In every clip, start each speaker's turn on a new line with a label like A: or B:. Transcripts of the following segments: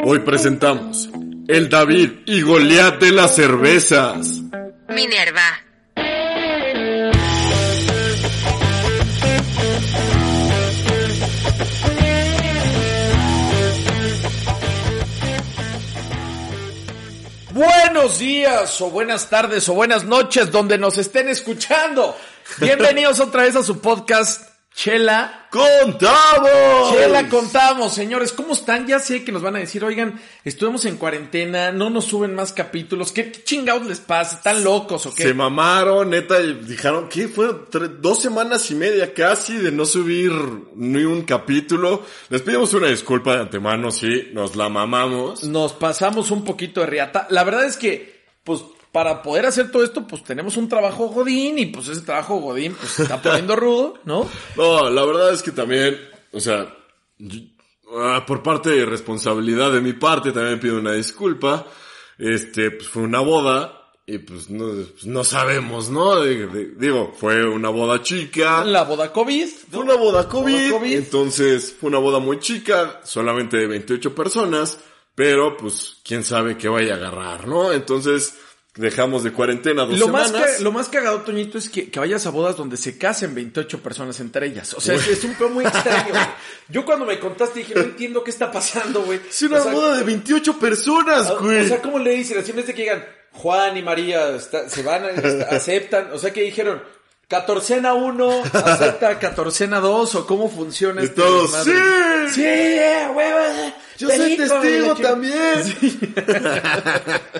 A: Hoy presentamos el David y Goliat de las cervezas.
B: Minerva.
C: Buenos días o buenas tardes o buenas noches donde nos estén escuchando. Bienvenidos otra vez a su podcast Chela.
A: ¡Contamos!
C: Chela contamos, señores, ¿cómo están? Ya sé que nos van a decir, oigan, estuvimos en cuarentena, no nos suben más capítulos, ¿qué, qué chingados les pasa? ¿Están locos o qué?
A: Se mamaron, neta, y dijeron que fueron tre- dos semanas y media casi de no subir ni un capítulo. Les pedimos una disculpa de antemano, sí, nos la mamamos.
C: Nos pasamos un poquito de riata. La verdad es que, pues, para poder hacer todo esto, pues tenemos un trabajo godín y pues ese trabajo godín pues se está poniendo rudo, ¿no?
A: No, la verdad es que también, o sea, y- ah, por parte de responsabilidad de mi parte también pido una disculpa. Este, pues fue una boda. Y pues no, pues, no sabemos, ¿no? De- de- digo, fue una boda chica.
C: La boda COVID.
A: Fue una boda COVID,
C: Boda COVID.
A: entonces fue una boda muy chica, solamente de 28 personas, pero pues quién sabe qué vaya a agarrar, ¿no? Entonces dejamos de cuarentena dos
C: Lo más,
A: semanas.
C: que, lo más cagado, Toñito, es que, que vayas a bodas donde se casen 28 personas entre ellas. O sea, es, es un pedo muy extraño. güey. Yo cuando me contaste dije, no entiendo qué está pasando, güey.
A: Es una
C: O sea,
A: boda de 28 personas,
C: O,
A: güey.
C: o sea, ¿cómo le dicen? Así en vez de que digan, Juan y María está- se van, a- aceptan. O sea, que dijeron, catorcena uno, acepta catorcena dos, o cómo funciona
A: Y
C: este
A: todos,
C: desmadre?
A: ¡sí!
C: ¡Sí! eh, huevo!
A: Yo soy
C: Perico,
A: testigo
C: la chingada.
A: también.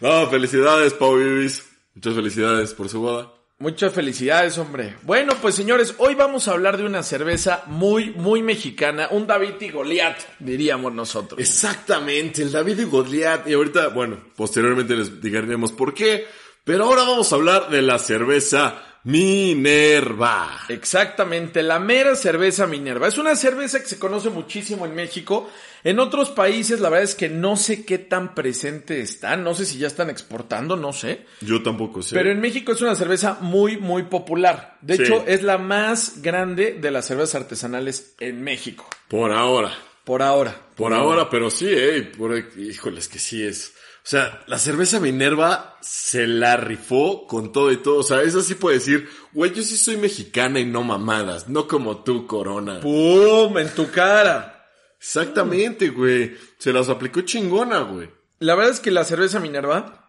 A: no, felicidades, Pau Vivis. Muchas felicidades por su boda.
C: Muchas felicidades, hombre. Bueno, pues señores, hoy vamos a hablar de una cerveza muy, muy mexicana, un David y Goliat, diríamos nosotros.
A: Exactamente, el David y Goliat. Y ahorita, bueno, posteriormente les diremos por qué. Pero ahora vamos a hablar de la cerveza Minerva.
C: Exactamente, la mera cerveza Minerva. Es una cerveza que se conoce muchísimo en México. En otros países, la verdad es que no sé qué tan presente está. No sé si ya están exportando, no sé.
A: Yo tampoco sé.
C: Pero en México es una cerveza muy, muy popular. De
A: Sí.
C: hecho, es la más grande de las cervezas artesanales en México.
A: Por ahora.
C: Por ahora.
A: Por ahora, pero sí, eh. Por, híjoles, que sí es. O sea, la cerveza Minerva se la rifó con todo y todo. O sea, esa sí puede decir, güey, yo sí soy mexicana y no mamadas, no como tú, Corona.
C: ¡Pum! En tu cara.
A: Exactamente, güey. Se las aplicó chingona, güey.
C: La verdad es que la cerveza Minerva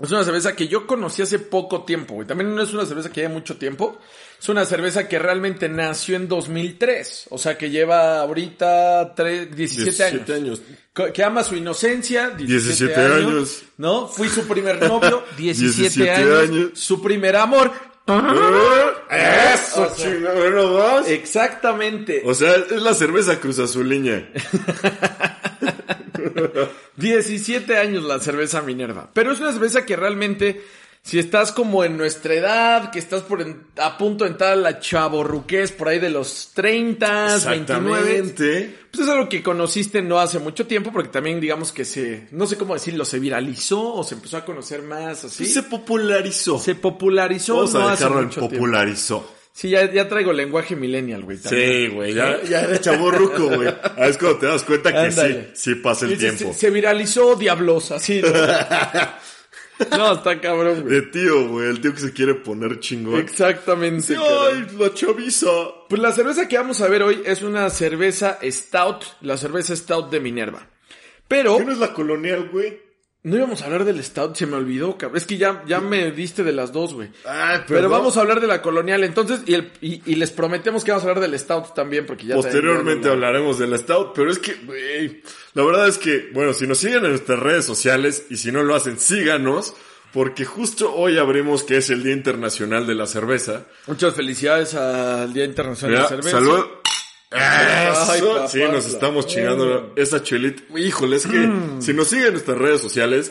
C: es una cerveza que yo conocí hace poco tiempo, güey. También no es una cerveza que lleve mucho tiempo. Es una cerveza que realmente nació en 2003. O sea, que lleva ahorita tres- 17, años. Co- Que ama su inocencia, 17,
A: 17
C: años,
A: años.
C: ¿no? Fui su primer novio, 17,
A: 17
C: años,
A: años.
C: Su primer amor.
A: Eso,
C: O sea- eh,
A: chingón, ¿no más?
C: Exactamente.
A: O sea, es la cerveza Cruz Azuliña.
C: 17 años la cerveza Minerva. Pero es una cerveza que realmente, si estás como en nuestra edad, que estás por en- a punto de entrar a la chaborruqués por ahí de los 30, 29. Pues es algo que conociste no hace mucho tiempo, porque también digamos que se, no sé cómo decirlo, se viralizó o se empezó a conocer más, así.
A: Pues Se popularizó.
C: Se popularizó
A: Vamos
C: no
A: a
C: hace
A: dejarlo en
C: mucho tiempo.
A: popularizó.
C: Sí, ya, ya traigo lenguaje millennial, güey.
A: Sí,
C: también.
A: güey. Ya, ya eres chaborruco, güey. Ah, Es cuando te das cuenta que
C: Ándale.
A: sí, sí pasa el
C: Y se-
A: tiempo.
C: Se, se viralizó diablosa, sí. No, No, está cabrón, güey.
A: De tío, güey. El tío que se quiere poner chingón.
C: Exactamente. caray.
A: Ay, la chaviza.
C: Pues la cerveza que vamos a ver hoy es una cerveza stout, la cerveza stout de Minerva. Pero
A: ¿Qué no es la colonial, güey?
C: no íbamos a hablar del stout, se me olvidó, cabrón. Es que ya, ya me diste de las dos, güey.
A: Ay,
C: Pero vamos a hablar de la colonial entonces y, el- y- y les prometemos que vamos a hablar del stout también porque ya
A: Posteriormente
C: hablar.
A: hablaremos del Stout, pero es que, güey, la verdad es que, bueno, si nos siguen en nuestras redes sociales y si no lo hacen, síganos, porque justo hoy abrimos que es el Día Internacional de la Cerveza.
C: Muchas felicidades al Día Internacional de la
A: Mira,
C: Cerveza.
A: salud. Eso.
C: Ay, papá,
A: sí, nos
C: la- Mm.
A: estamos chingando esa chelita. Híjole, es que si nos siguen en nuestras redes sociales,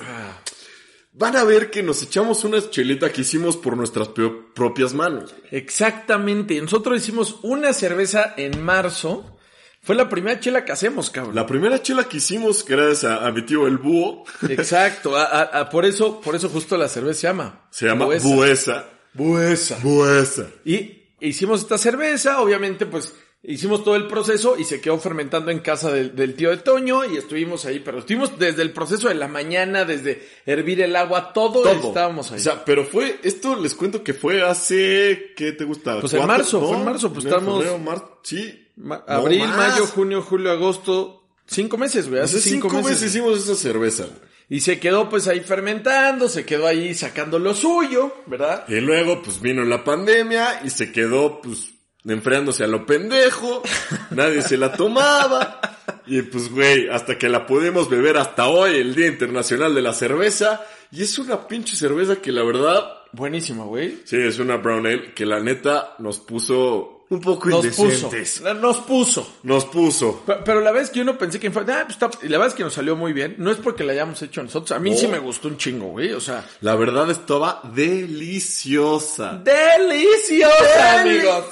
A: van a ver que nos echamos una chelita que hicimos por nuestras pe- propias manos.
C: Exactamente. Nosotros hicimos una cerveza en marzo. Fue la primera chela que hacemos, cabrón.
A: La primera chela que hicimos, gracias a, a mi tío el búho,
C: Exacto, a- a- a- por eso, por eso justo la cerveza se llama.
A: se llama
C: Buesa.
A: Buesa. Buesa.
C: Y hicimos esta cerveza, obviamente pues hicimos todo el proceso y se quedó fermentando en casa del, del tío de Toño y estuvimos ahí, pero estuvimos desde el proceso de la mañana, desde hervir el agua, todo,
A: Todo.
C: estábamos ahí.
A: O sea, pero fue, esto les cuento que fue hace, ¿qué te gusta?
C: Pues en
A: ¿Cuatro?
C: marzo, fue en marzo, pues
A: enero,
C: estamos-
A: febrero, marzo, sí.
C: Ma-
A: No
C: abril,
A: más.
C: mayo, junio, julio, agosto, cinco meses, güey, hace
A: Hace
C: cinco, meses.
A: hicimos esa cerveza. güey.
C: Y se quedó pues ahí fermentando, se quedó ahí sacando lo suyo, ¿verdad?
A: Y luego, pues vino la pandemia y se quedó, pues, enfriándose a lo pendejo. Nadie se la tomaba. Y pues, güey, hasta que la pudimos beber hasta hoy, el Día Internacional de la Cerveza. Y es una pinche cerveza que la verdad
C: Buenísimo, güey.
A: Sí, es una brown ale que la neta nos puso un poco
C: Nos puso.
A: indecentes.
C: Nos puso.
A: Nos puso.
C: Pe- Pero la vez que yo no pensé que fue, ah, pues está- y la verdad es que nos salió muy bien. No es porque la hayamos hecho nosotros. A mí sí
A: Oh.
C: me gustó un chingo, güey. O sea,
A: La verdad estaba deliciosa.
C: deliciosa,
A: Deli-
C: amigos.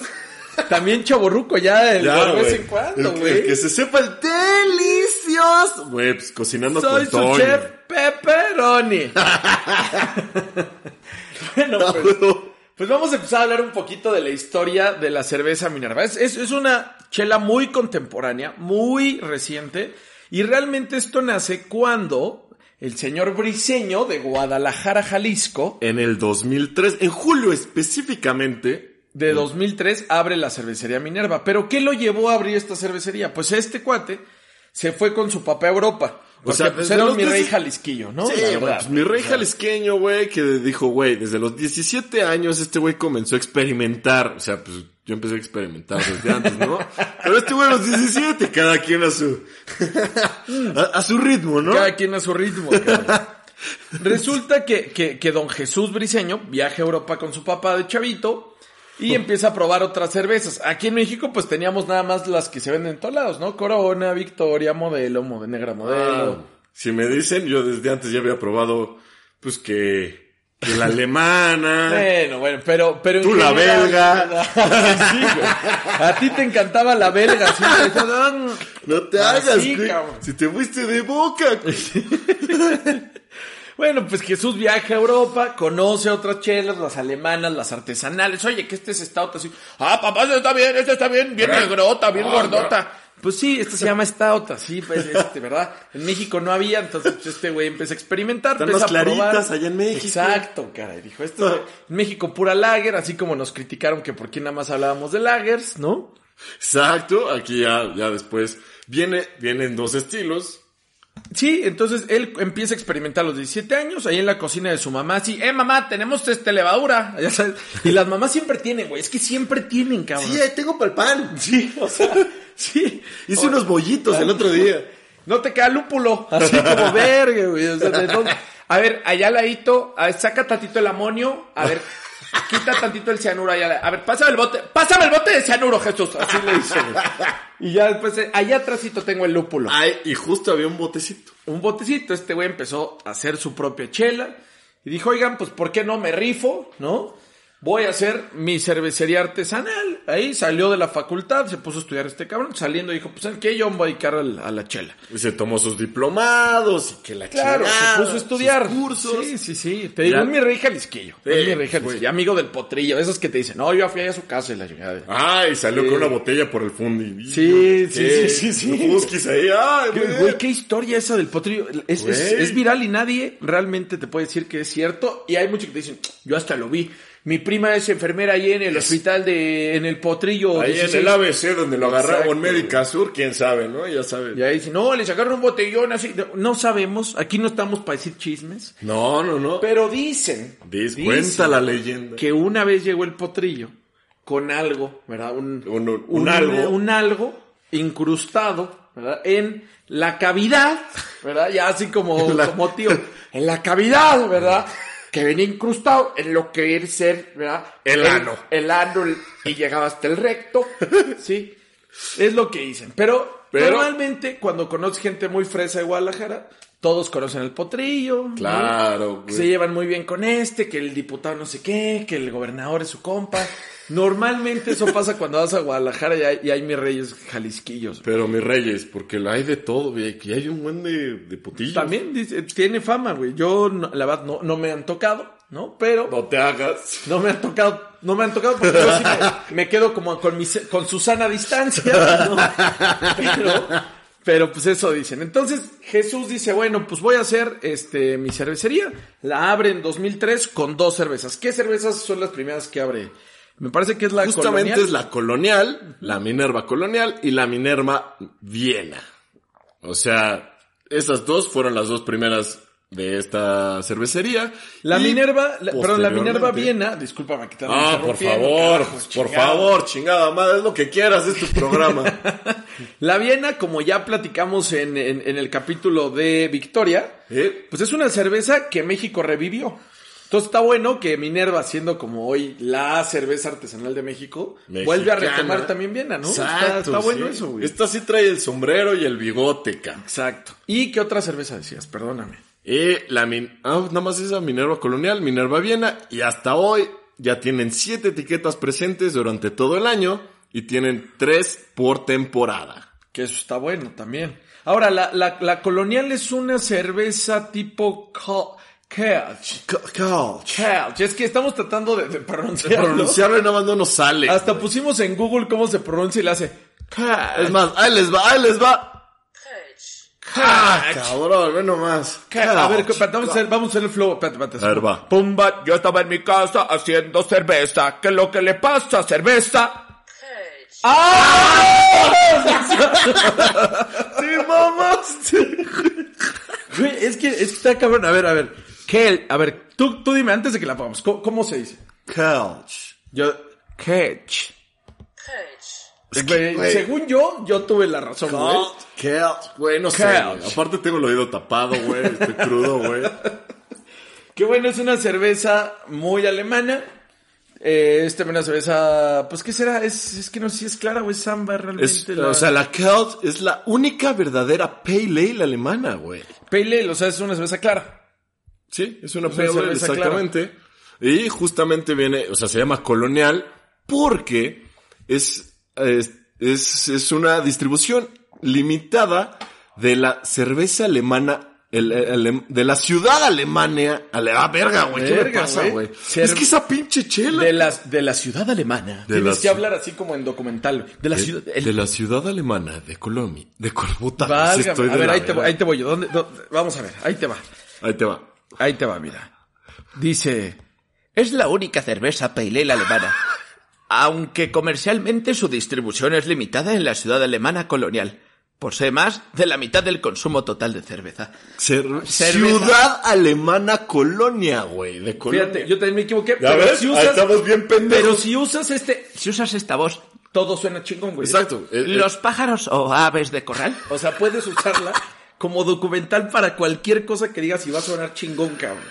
C: También chaborruco ya de de vez
A: güey.
C: en cuando,
A: El que- el
C: güey.
A: Que se sepa el delicioso. Güey, pues cocinando con
C: Soy su
A: Toño.
C: chef Pepperoni. bueno,
A: No,
C: pues,
A: no.
C: pues vamos a empezar a hablar un poquito de la historia de la cerveza Minerva. Es, es- es una chela muy contemporánea, muy reciente. Y realmente esto nace cuando el señor Briseño de Guadalajara, Jalisco,
A: En el 2003, en julio específicamente,
C: de 2003 abre la cervecería Minerva. ¿Pero qué lo llevó a abrir esta cervecería? Pues este cuate se fue con su papá a Europa.
A: O
C: O
A: sea,
C: sea, pues
A: desde
C: era
A: los
C: mi rey
A: tres-
C: jalisquillo, ¿no?
A: sí,
C: La
A: güey,
C: verdad.
A: pues mi rey jalisqueño, güey, que dijo, güey, desde los 17 años este güey comenzó a experimentar. O sea, pues yo empecé a experimentar desde antes, ¿no? Pero este güey a los 17, cada quien a su, a, a su ritmo, ¿no?
C: Cada quien a su ritmo. cabrón. Resulta que, que, que don Jesús Briseño viaja a Europa con su papá de chavito y
A: Oh.
C: empieza a probar otras cervezas. Aquí en México pues teníamos nada más las que se venden en todos lados, ¿no? Corona, Victoria, Modelo, Mode Negra
A: Ah,
C: Modelo.
A: si me dicen, yo desde antes ya había probado, pues que, que la alemana.
C: Bueno, bueno, pero... pero en
A: Tú la belga.
C: Sí, güey. A ti te encantaba la belga. sí, te decías, "Ah,
A: No te
C: Ah,
A: hagas,
C: sí,
A: güey.
C: cabrón.
A: Si te fuiste de boca. güey.
C: Bueno, pues Jesús viaja a Europa, conoce otras chelas, las alemanas, las artesanales. Oye, que este es stout así. Ah, papá, esta está bien, esta está bien, bien negrota,
A: Ah,
C: bien gordota. Pues sí, esta se llama stout, así, pues, este, ¿verdad? En México no había, entonces pues, este güey empieza a experimentar.
A: Están
C: empieza
A: las
C: a probar.
A: claritas allá en México. Ah.
C: Exacto, caray. Dijo, esto es- en México pura lager, así como nos criticaron que por qué nada más hablábamos de lagers, ¿no?
A: Exacto, aquí ya, ya después viene, vienen dos estilos.
C: Sí, entonces él empieza a experimentar a los 17 años, ahí en la cocina de su mamá, así, eh mamá, tenemos este levadura, ya sabes. Y las mamás siempre tienen, güey, es que siempre tienen, cabrón.
A: ahí tengo para el pan.
C: Sí, o sea, sí.
A: Hice unos bollitos el otro día.
C: No te queda lúpulo, así como verga, güey. o sea, ¿de dónde? A ver, allá al ladito, a ver, saca tantito el amonio, a ver, quita tantito el cianuro allá. al- A ver, pásame el bote, pásame el bote de cianuro, Jesús. Así le dice, güey. Y ya después, eh, allá atrásito tengo el lúpulo.
A: Ay, y justo había un botecito.
C: un botecito. Este güey empezó a hacer su propia chela y dijo, oigan, pues ¿por qué no me rifo? ¿No? Voy a hacer mi cervecería artesanal. Ahí salió de la facultad, se puso a estudiar este cabrón. Saliendo dijo, pues ¿saben qué? Yo me voy a dedicar al- a la chela.
A: Y se tomó sus diplomados y que la
C: Claro,
A: chingada,
C: se puso a estudiar.
A: sus cursos.
C: Sí, sí, sí. Te digo,
A: Ya.
C: es mi rey jalisquillo. es
A: Sí,
C: mi rey jalisquillo.
A: güey.
C: Amigo del potrillo. Esos que te dicen, no, yo fui allá a su casa y la chingada.
A: Ay, salió con una botella por el fundi.
C: Sí, sí, sí, sí, sí.
A: Busquis ahí. Ay,
C: Qué-
A: güey.
C: Güey, qué historia esa del potrillo. Es, es-
A: Güey.
C: es viral y nadie realmente te puede decir que es cierto. Y hay muchos que te dicen, yo hasta lo vi. Mi prima es enfermera ahí en el hospital de, en el potrillo.
A: Ahí en
C: 16".
A: el ABC donde lo agarraron
C: Exacto,
A: en Médica Sur, quién sabe, ¿no? Ya sabe.
C: Y ahí dicen, no, le sacaron un botellón así. No, No sabemos, aquí no estamos para decir chismes.
A: No, no, no.
C: Pero dicen,
A: Dis-
C: dicen
A: cuenta la leyenda.
C: que una vez llegó el potrillo con algo, ¿verdad? Un,
A: Un- un algo.
C: Un algo incrustado, ¿verdad? En la cavidad, ¿verdad? Ya así como,
A: En la-
C: como tío. En la cavidad, ¿verdad? Que venía incrustado en lo que es ser, ¿verdad?
A: El ano.
C: El ano el- y llegaba hasta el recto, ¿sí? Es lo que dicen. Pero,
A: Pero-
C: normalmente cuando conoces gente muy fresa de Guadalajara, todos conocen el potrillo. ¿no?
A: Claro,
C: que
A: güey.
C: se llevan muy bien con este, que el diputado no sé qué, que el gobernador es su compa. Normalmente eso pasa cuando vas a Guadalajara y hay, y hay mis reyes jalisquillos.
A: Pero mis reyes, porque la hay de todo, güey. Que hay un buen de, de putillos.
C: También dice- tiene fama, güey. Yo, no- la verdad, no, no me han tocado, ¿no? Pero
A: No te hagas.
C: no me han tocado No me han tocado porque yo sí me, me quedo como con, mi, con su sana distancia. ¿no? Pero, pero pues eso dicen. Entonces Jesús dice, bueno, pues voy a hacer este mi cervecería. La abre en 2003 con dos cervezas. ¿Qué cervezas son las primeras que abre? Me parece que es la
A: Justamente
C: colonial.
A: es la colonial, la Minerva colonial y la Minerva Viena. O sea, esas dos fueron las dos primeras de esta cervecería.
C: La
A: Y
C: Minerva, la- perdón, la Minerva
A: posteriormente-
C: Viena, discúlpame que te ando
A: Ah, por
C: interrumpiendo,
A: favor,
C: carajo,
A: por
C: chingado.
A: favor, chingada madre, es lo que quieras, es tu programa.
C: La Viena, como ya platicamos en, en- en el capítulo de Victoria,
A: ¿Eh?
C: pues es una cerveza que México revivió. Entonces está bueno que Minerva, siendo como hoy la cerveza artesanal de México, vuelve a
A: Mexicana.
C: retomar también Viena, ¿no? Está- está,
A: Exacto,
C: bueno
A: sí.
C: eso, güey.
A: Esta sí trae el sombrero y el bigote, ca.
C: Exacto. ¿Y qué otra cerveza decías? Perdóname.
A: Y la min ah, nada más esa Minerva Colonial, Minerva Viena, y hasta hoy ya tienen siete etiquetas presentes durante todo el año y tienen tres por temporada.
C: Que eso está bueno también. Ahora, la, la- la colonial es una cerveza tipo Cal- Kelch. Kelch. Es que estamos tratando de, de pronunciarlo.
A: Pronunciarlo y nada más no nos sale.
C: Hasta pusimos en Google cómo se pronuncia y le hace
A: Es más, ahí les va, ahí les va. Ah, cabrón, ve nomás.
C: A ver, espérate, vamos a hacer, vamos a hacer el flow. Espérate, espérate.
A: A ver, va.
C: Eh, Pumba, yo estaba en mi casa haciendo cerveza. ¿Qué es lo que le pasa? Cerveza.
A: Sí, mamás.
C: Güey, es que, es que está cabrón. A ver, a ver. ¿Qué? A ver, tú, tú dime antes de que la pongamos. ¿Cómo, cómo se dice?
A: Couch.
C: Yo. Catch. Güey,
A: güey.
C: según yo, yo tuve la razón, güey.
A: Couch. Güey, no sé.
C: Couch.
A: güey. Aparte tengo el oído tapado, güey. Estoy crudo, güey.
C: Qué bueno, es una cerveza muy alemana. Eh, esta es una cerveza, pues, ¿qué será? Es, es que no sé si es clara o es ámbar realmente.
A: Es-
C: la-
A: O sea, la Couch es la única verdadera pale ale alemana, güey.
C: Pale Ale, o sea, es una cerveza clara.
A: Sí, es una
C: Es una
A: pale ale,
C: cerveza,
A: exactamente. Y justamente viene, o sea, se llama colonial porque es, es, es, es una distribución limitada de la cerveza alemana, el- el- alem- de la ciudad alemana. ale- ah, verga, güey, ¿qué me
C: Verga,
A: pasa,
C: güey.
A: güey?
C: Cer-
A: Es que esa pinche chela.
C: De la, de la ciudad alemana.
A: De
C: Tienes
A: la
C: que
A: ci-
C: hablar así como en documental. De la
A: de,
C: ciudad.
A: de la ciudad alemana de Colombia, de Corbuta.
C: Válgame. a ver, ahí te, voy, ahí te voy yo. ¿Dónde- dónde- Vamos a ver, ahí te va.
A: ahí te va.
C: Ahí te va, mira. Dice.
B: Es la única cerveza pale ale alemana, aunque comercialmente su distribución es limitada en la ciudad alemana colonial. Posee más de la mitad del consumo total de cerveza.
A: Cer-
B: Cerveza.
A: Ciudad alemana colonia, güey, de Colombia.
C: Fíjate, yo también me equivoqué.
A: ¿Ya
C: pero
A: ves?
C: si
A: Ahí
C: usas-
A: estamos bien pendejos.
C: Pero si usas este,
B: Si usas esta voz,
C: todo suena chingón, güey.
A: Exacto. eh, eh,
B: los pájaros o aves de corral
C: O sea, puedes usarla como documental para cualquier cosa que digas y va a sonar chingón, cabrón.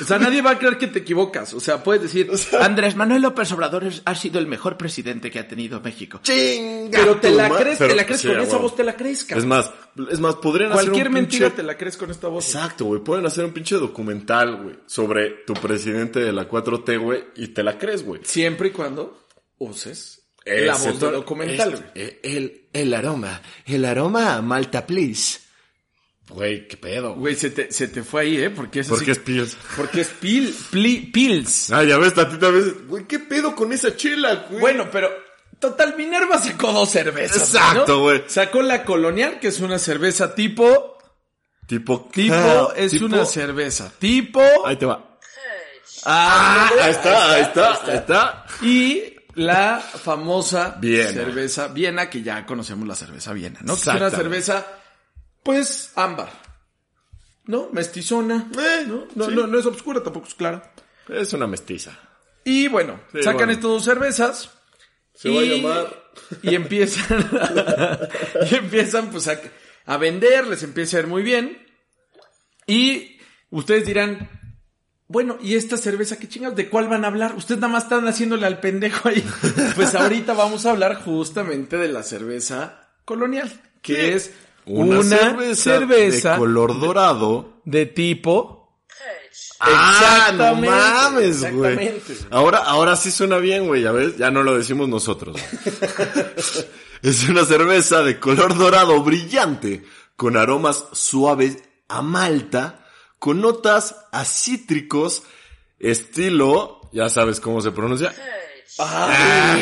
C: O sea, nadie va a creer que te equivocas. O sea, puedes decir.
B: Andrés Manuel López Obrador es- ha sido el mejor presidente que ha tenido México.
A: Chinga.
C: Pero te
A: tu
C: la
A: ma-
C: crees,
A: pero-
C: te la crees
A: sí,
C: con
A: a
C: esa
A: huevo.
C: voz, te la crees, cabrón.
A: Es más, es más, podrían
C: Cualquier
A: hacer un
C: mentira
A: pinche...
C: te la crees con esta voz.
A: Exacto, güey. Pueden hacer un pinche documental, güey, sobre tu presidente de la 4T, güey, y te la crees, güey.
C: Siempre y cuando uses
A: Ese
C: la voz
A: to-
C: del documental.
A: es-
C: güey.
A: eh, el, el aroma. El aroma a Malta, please. Güey, qué pedo.
C: Güey, se te, se te fue ahí, ¿eh? Porque es
A: Porque
C: así-
A: es Pils.
C: porque es pil, pli- pils.
A: Ah, ya ves, tatita, ves. Güey, qué pedo con esa chela, güey.
C: Bueno, pero total, Minerva sacó dos cervezas. ¿no?
A: Exacto, güey.
C: Sacó la colonial, que es una cerveza tipo...
A: Tipo,
C: Tipo
A: Ah,
C: es
A: tipo-
C: una cerveza. Tipo...
A: Ahí te va.
C: Ah,
A: Ahí está, ahí está, ahí está.
C: y la famosa
A: Viena.
C: cerveza Viena, que ya conocemos la cerveza Viena, ¿no? Que es una
A: Exactamente.
C: cerveza, pues, ámbar. ¿No? Mestizona.
A: Eh,
C: ¿no? No,
A: sí.
C: no, no es obscura, tampoco es clara.
A: Es una mestiza.
C: Y bueno,
A: Sí,
C: sacan
A: bueno.
C: estas dos cervezas.
A: Se va a llamar-
C: Y empiezan. y empiezan, pues, a, a vender, les empieza a ir muy bien. Y ustedes dirán. Bueno, ¿y esta cerveza qué chingados? ¿De cuál van a hablar? Ustedes nada más están haciéndole al pendejo ahí. Pues ahorita vamos a hablar justamente de la cerveza colonial, que
A: ¿Qué?
C: es una, cerveza,
A: de color dorado.
C: de tipo...
A: Ah, no
C: Exactamente,
A: mames, güey.
C: exactamente, güey.
A: Ahora, ahora sí suena bien, güey, ya ves, ya no lo decimos nosotros. es una cerveza de color dorado brillante, con aromas suaves a malta, con notas a cítricos, estilo Ya sabes cómo se pronuncia.
C: Ay,
A: Yes.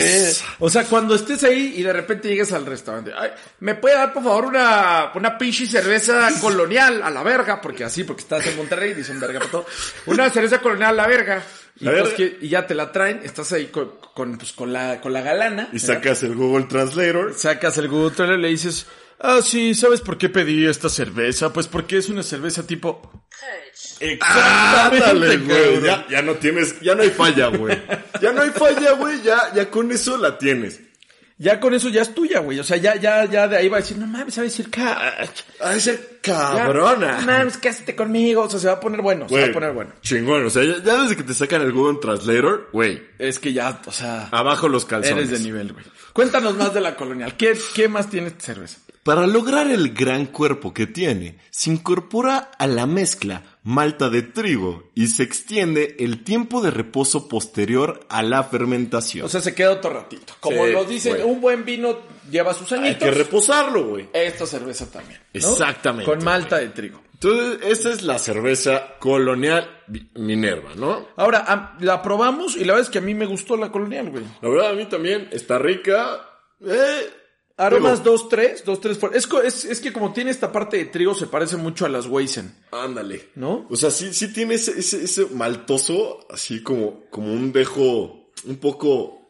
C: eh. O sea, cuando estés ahí y de repente llegues al restaurante, ay, ¿me puede dar por favor una, una pinche cerveza colonial a la verga? Porque así, porque estás en Monterrey, dicen verga para todo. Una cerveza colonial a la verga. Y,
A: La
C: entonces
A: verga.
C: que- y ya te la traen, estás ahí con, con, pues, con la, con la galana.
A: Y sacas el Google Translator.
C: Sacas el Google Translate y le dices, ah, sí, ¿sabes por qué pedí esta cerveza? Pues porque es una cerveza tipo...
A: Ah, Ándale, güey.
C: cabrón.
A: Ya, ya no tienes, ya no hay falla, güey. Ya no hay falla, güey. Ya, ya con eso la tienes.
C: Ya con eso ya es tuya, güey. O sea, ya, ya, ya de ahí va a decir, no mames, sabe decir ca-
A: A ser
C: Ya,
A: cabrona.
C: No mames, cásate conmigo. O sea, se va a poner bueno, se va a poner bueno.
A: Chingón, o sea, ya, ya desde que te sacan el Google Translator, güey,
C: Es que ya, o sea,
A: abajo los calzones.
C: eres de nivel, güey. Cuéntanos más de la colonial. ¿Qué, qué más tiene esta cerveza?
A: Para lograr el gran cuerpo que tiene, se incorpora a la mezcla malta de trigo y se extiende el tiempo de reposo posterior a la fermentación.
C: O sea, se queda otro ratito. Como
A: Sí,
C: nos dicen,
A: güey.
C: un buen vino lleva sus
A: hay
C: añitos.
A: que reposarlo, güey.
C: esta cerveza también. ¿no?
A: Exactamente,
C: Con malta de trigo.
A: Entonces, esa es la cerveza colonial Mi- Minerva, ¿no?
C: Ahora, am- la probamos y la verdad es que a mí me gustó la colonial, güey.
A: La verdad, a mí también está rica. Eh,
C: Aromas
A: digo,
C: 2-3, 2-3 fuerte. Es, co- es, es que como tiene esta parte de trigo, se parece mucho a las Weizen.
A: Ándale.
C: ¿No?
A: O sea, sí, sí tiene ese, ese, ese maltoso, así como, como un dejo un poco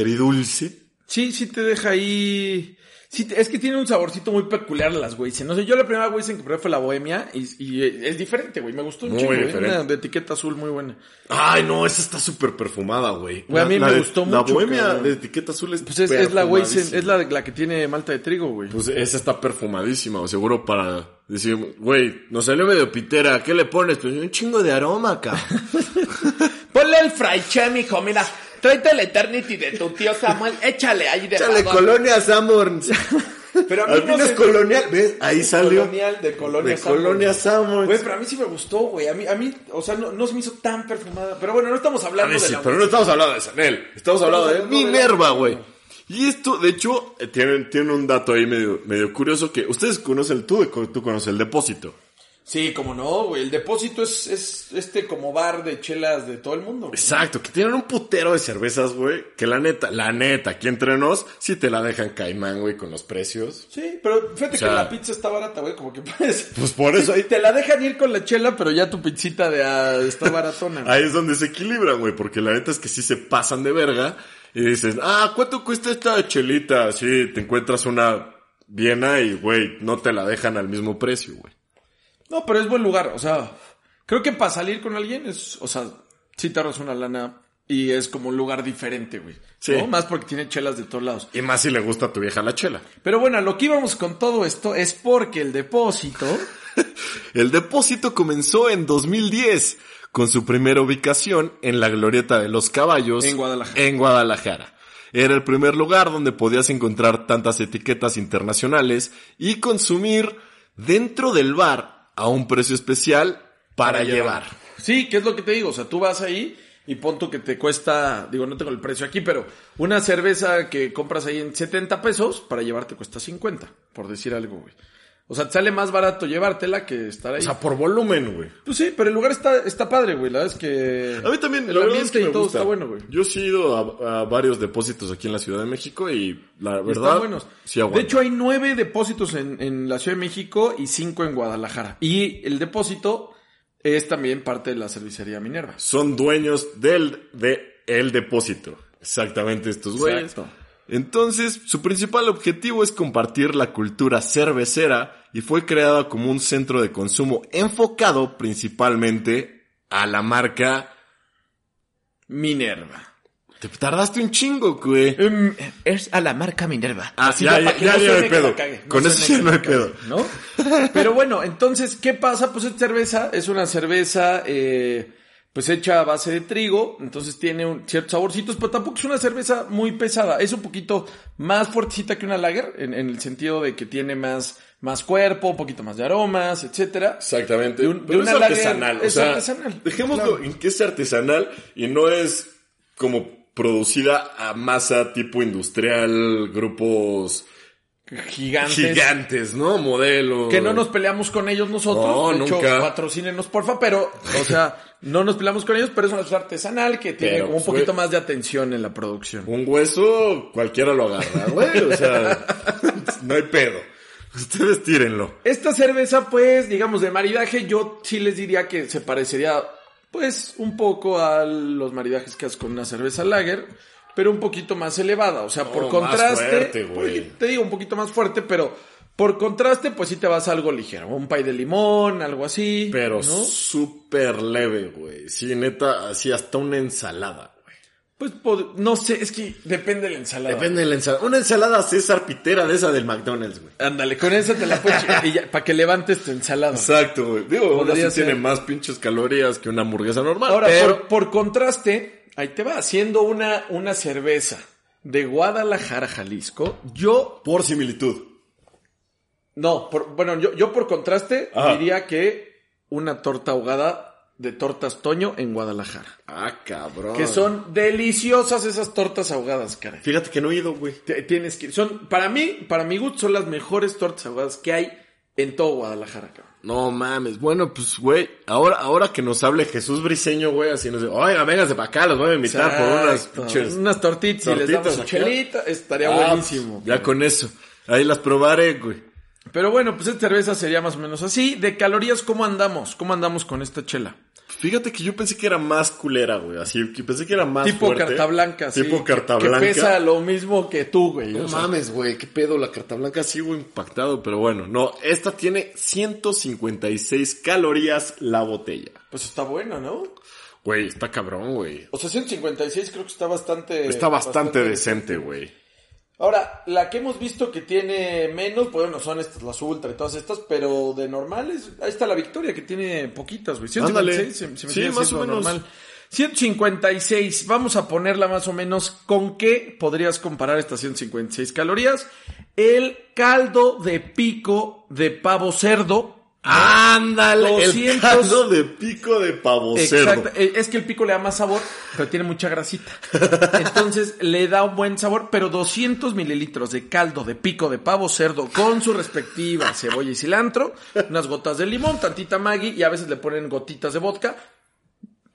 A: agridulce.
C: Sí, sí te deja ahí. Sí, te- es que tiene un saborcito muy peculiar a las Weizen. No sé, yo la primera Weizen que probé fue la Bohemia y, y, eh, es diferente, güey. Me gustó un
A: Muy
C: chingo, eh.
A: diferente.
C: Una de etiqueta azul muy buena.
A: Ay, no, esa está súper perfumada, güey.
C: Güey, a
A: La-
C: mí
A: la
C: me
A: de-
C: gustó
A: La
C: mucho,
A: bohemia
C: cabrón.
A: de etiqueta azul es
C: Pues es, es la Weizen,
A: perfumadísima.
C: es la, la que tiene malta de trigo, güey.
A: Pues esa está perfumadísima, o seguro para decir, güey, nos salió medio pitera, ¿qué le pones? Pues un chingo de aroma, cabrón.
B: Ponle el fraiche, hijo, mira. Tráete el Eternity de tu tío Samuel. Échale ahí de
A: Échale
B: favor.
A: colonia Samorns.
C: Pero
A: Al menos colonial, ¿ves? Ahí salió.
C: Colonial, de Colonia Pues
A: de colonia Samorns.
C: Güey, pero a mí sí me gustó, güey. A mí, a mí, o sea, no, no se me hizo tan perfumada. Pero bueno, no estamos
A: A
C: hablando
A: mí
C: de
A: Ah, sí,
C: la
A: pero no
C: Weizen.
A: estamos hablando de Sanel. Estamos hablando de
C: hablando de la-
A: Minerva, güey. Y esto, de hecho, eh, tiene, tiene un dato ahí medio, medio curioso que ustedes conocen, tú, tú conoces el depósito.
C: Sí, como no, güey. El depósito es, es este como bar de chelas de todo el mundo. güey.
A: Exacto, que tienen un putero de cervezas, güey. Que la neta, la neta, aquí entre nos, sí te la dejan caimán, güey, con los precios.
C: Sí, pero
A: O
C: fíjate
A: sea-
C: que la pizza está barata, güey, como que puedes...
A: Pues por eso ahí,
C: Te la dejan ir con la chela, pero ya tu pizzita de, ah, está baratona. güey.
A: ahí es donde se equilibran, güey. Porque la neta es que sí se pasan de verga. Y dices, ah, ¿cuánto cuesta esta chelita? Sí, te encuentras una viena y, güey, no te la dejan al mismo precio, güey.
C: No, pero es buen lugar, o sea, creo que para salir con alguien es, o sea, sí te ahorras una lana y es como un lugar diferente, güey.
A: Sí.
C: ¿no? Más porque tiene chelas de todos lados.
A: Y más si le gusta a tu vieja la chela.
C: Pero bueno, lo que íbamos con todo esto es porque el depósito...
A: El depósito comenzó en 2010 con su primera ubicación en la Glorieta de los Caballos
C: En Guadalajara.
A: en Guadalajara. Era el primer lugar donde podías encontrar tantas etiquetas internacionales y consumir dentro del bar a un precio especial para, llevar.
C: Sí, que es lo que te digo, o sea, tú vas ahí y pon tú que te cuesta, digo, no tengo el precio aquí, pero una cerveza que compras ahí en 70 pesos para llevarte cuesta 50, por decir algo, güey. O sea, te sale más barato llevártela que estar ahí.
A: O sea, por volumen, güey.
C: pues sí, pero el lugar está, está padre, güey, la verdad es que...
A: A mí también,
C: el
A: la verdad
C: ambiente
A: es que
C: y
A: me
C: todo
A: gusta.
C: está bueno, güey.
A: Yo sí he ido a, a varios depósitos aquí en la Ciudad de México y la
C: Y están
A: verdad,
C: buenos.
A: sí
C: de
A: aguanta.
C: hecho, hay nueve depósitos en, en la Ciudad de México y cinco en Guadalajara. Y el depósito es también parte de la cervecería Minerva.
A: son dueños del de el depósito. Exactamente estos güeyes.
C: Exacto.
A: Entonces, su principal objetivo es compartir la cultura cervecera y fue creada como un centro de consumo enfocado principalmente a la marca.
C: Minerva.
A: Te tardaste un chingo, güey.
C: Em,
B: Es a la marca Minerva.
A: Ah,
C: Sí,
A: ya,
C: ya,
A: ya,
C: para que
A: ya, ya
C: no
A: no
C: suene
A: hay
C: que
A: pedo.
C: la cague, no
A: Con eso
C: suene
A: ya
C: que
A: no
C: la
A: hay pedo.
C: ¿no? Pero bueno, entonces, ¿qué pasa? Pues es cerveza, es una cerveza, eh, pues hecha a base de trigo, entonces tiene un, ciertos saborcitos, pero tampoco es una cerveza muy pesada, es un poquito más fuertecita que una lager, en, en el sentido de que tiene más, más cuerpo, un poquito más de aromas, etcétera.
A: Exactamente.
C: De un-
A: Pero
C: de una
A: es
C: lager-
A: artesanal. o
C: es
A: sea,
C: artesanal,
A: Dejémoslo
C: claro.
A: en que es artesanal y no es como producida a masa tipo industrial, grupos
C: gigantes.
A: gigantes, ¿no? Modelos.
C: Que no nos peleamos con ellos nosotros.
A: No,
C: de hecho,
A: nunca.
C: patrocínenos, porfa, pero, o sea, no nos peleamos con ellos, pero es una cosa artesanal que tiene
A: Pero,
C: como un
A: pues,
C: poquito
A: güey.
C: más de atención en la producción.
A: Un hueso, cualquiera lo agarra, güey. O sea, no hay pedo. Ustedes tírenlo.
C: Esta cerveza, pues, digamos, de maridaje, yo sí les diría que se parecería, pues, un poco a los maridajes que haces con una cerveza lager, pero un poquito más elevada. O sea, por
A: Oh, más
C: contraste.
A: fuerte, güey.
C: por- te digo, un poquito más fuerte, pero por contraste, pues sí te vas a algo ligero. Un pay de limón, algo así.
A: Pero
C: ¿no?
A: súper leve, güey. Sí, neta, así hasta una ensalada, güey.
C: Pues pod- no sé, es que depende de la ensalada.
A: Depende de la ensalada. Una ensalada César Pitera de esa del McDonald's, güey.
C: Ándale, con esa te la puedes chingar y ya, para que levantes tu ensalada.
A: Exacto, güey. Digo, una
C: Podría
A: sí tiene
C: ser.
A: más pinches calorías que una hamburguesa normal.
C: Ahora,
A: pero...
C: por, por contraste, ahí te va, haciendo una, una cerveza de Guadalajara, Jalisco, yo,
A: por similitud.
C: no, por- bueno, yo, yo por contraste
A: Ajá.
C: diría que una torta ahogada de tortas Toño en Guadalajara.
A: Ah, cabrón.
C: Que son deliciosas esas tortas ahogadas, caray.
A: Fíjate que no he ido, güey.
C: Te- Tienes que, son, para mí, para mi gusto, son las mejores tortas ahogadas que hay en todo Guadalajara, cabrón.
A: No mames. Bueno, pues, güey, ahora, ahora que nos hable Jesús Briseño, güey, así nos dice, oiga, véngase para acá, los voy a invitar por unas
C: Exacto.
A: pinches.
C: Unas tortitas y les
A: tortitas
C: damos su
A: acá.
C: chelita, estaría
A: Ah,
C: buenísimo.
A: Ya con eso. Ahí las probaré, güey.
C: Pero bueno, pues esta cerveza sería más o menos así. De calorías, ¿cómo andamos? ¿Cómo andamos con esta chela?
A: Fíjate que yo pensé que era más culera, güey. Así que pensé que era más
C: tipo
A: fuerte.
C: carta blanca, sí.
A: Tipo
C: que-
A: carta
C: que
A: blanca.
C: pesa lo mismo que tú, güey.
A: No
C: o sea,
A: mames, güey, qué pedo, la carta blanca sigo impactado, pero bueno, no, esta tiene 156 calorías la botella.
C: pues está buena, ¿no?
A: Güey, está cabrón, güey.
C: O sea, 156 creo que está bastante...
A: Está bastante, decente, güey.
C: Ahora, la que hemos visto que tiene menos, pues bueno, son estas, las ultra y todas estas, pero de normales, ahí está la victoria que tiene poquitas, güey. 156, se,
A: Ándale.
C: se me
A: Sí,
C: sigue
A: más
C: haciendo
A: o menos.
C: normal. 156, vamos a ponerla más o menos con qué podrías comparar estas 156 calorías. El caldo de pico de pavo cerdo.
A: Ándale,
C: 200.
A: el caldo de pico de pavo cerdo.
C: eh, Es que el pico le da más sabor, pero tiene mucha grasita. Entonces le da un buen sabor, pero 200 mililitros de caldo de pico de pavo cerdo con su respectiva cebolla y cilantro, unas gotas de limón, tantita Maggi y a veces le ponen gotitas de vodka.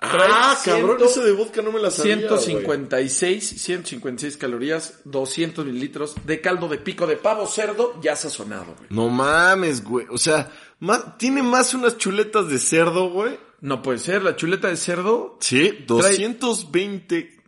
A: Ah,
C: trae
A: cabrón,
C: ciento-
A: ese de vodka no me la sabía,
C: 156, 156 calorías, 200 mililitros de caldo de pico de pavo cerdo ya sazonado, güey.
A: No mames, güey. O sea, ma- tiene más unas chuletas de cerdo, güey.
C: No puede ser, la chuleta de cerdo.
A: Sí, 220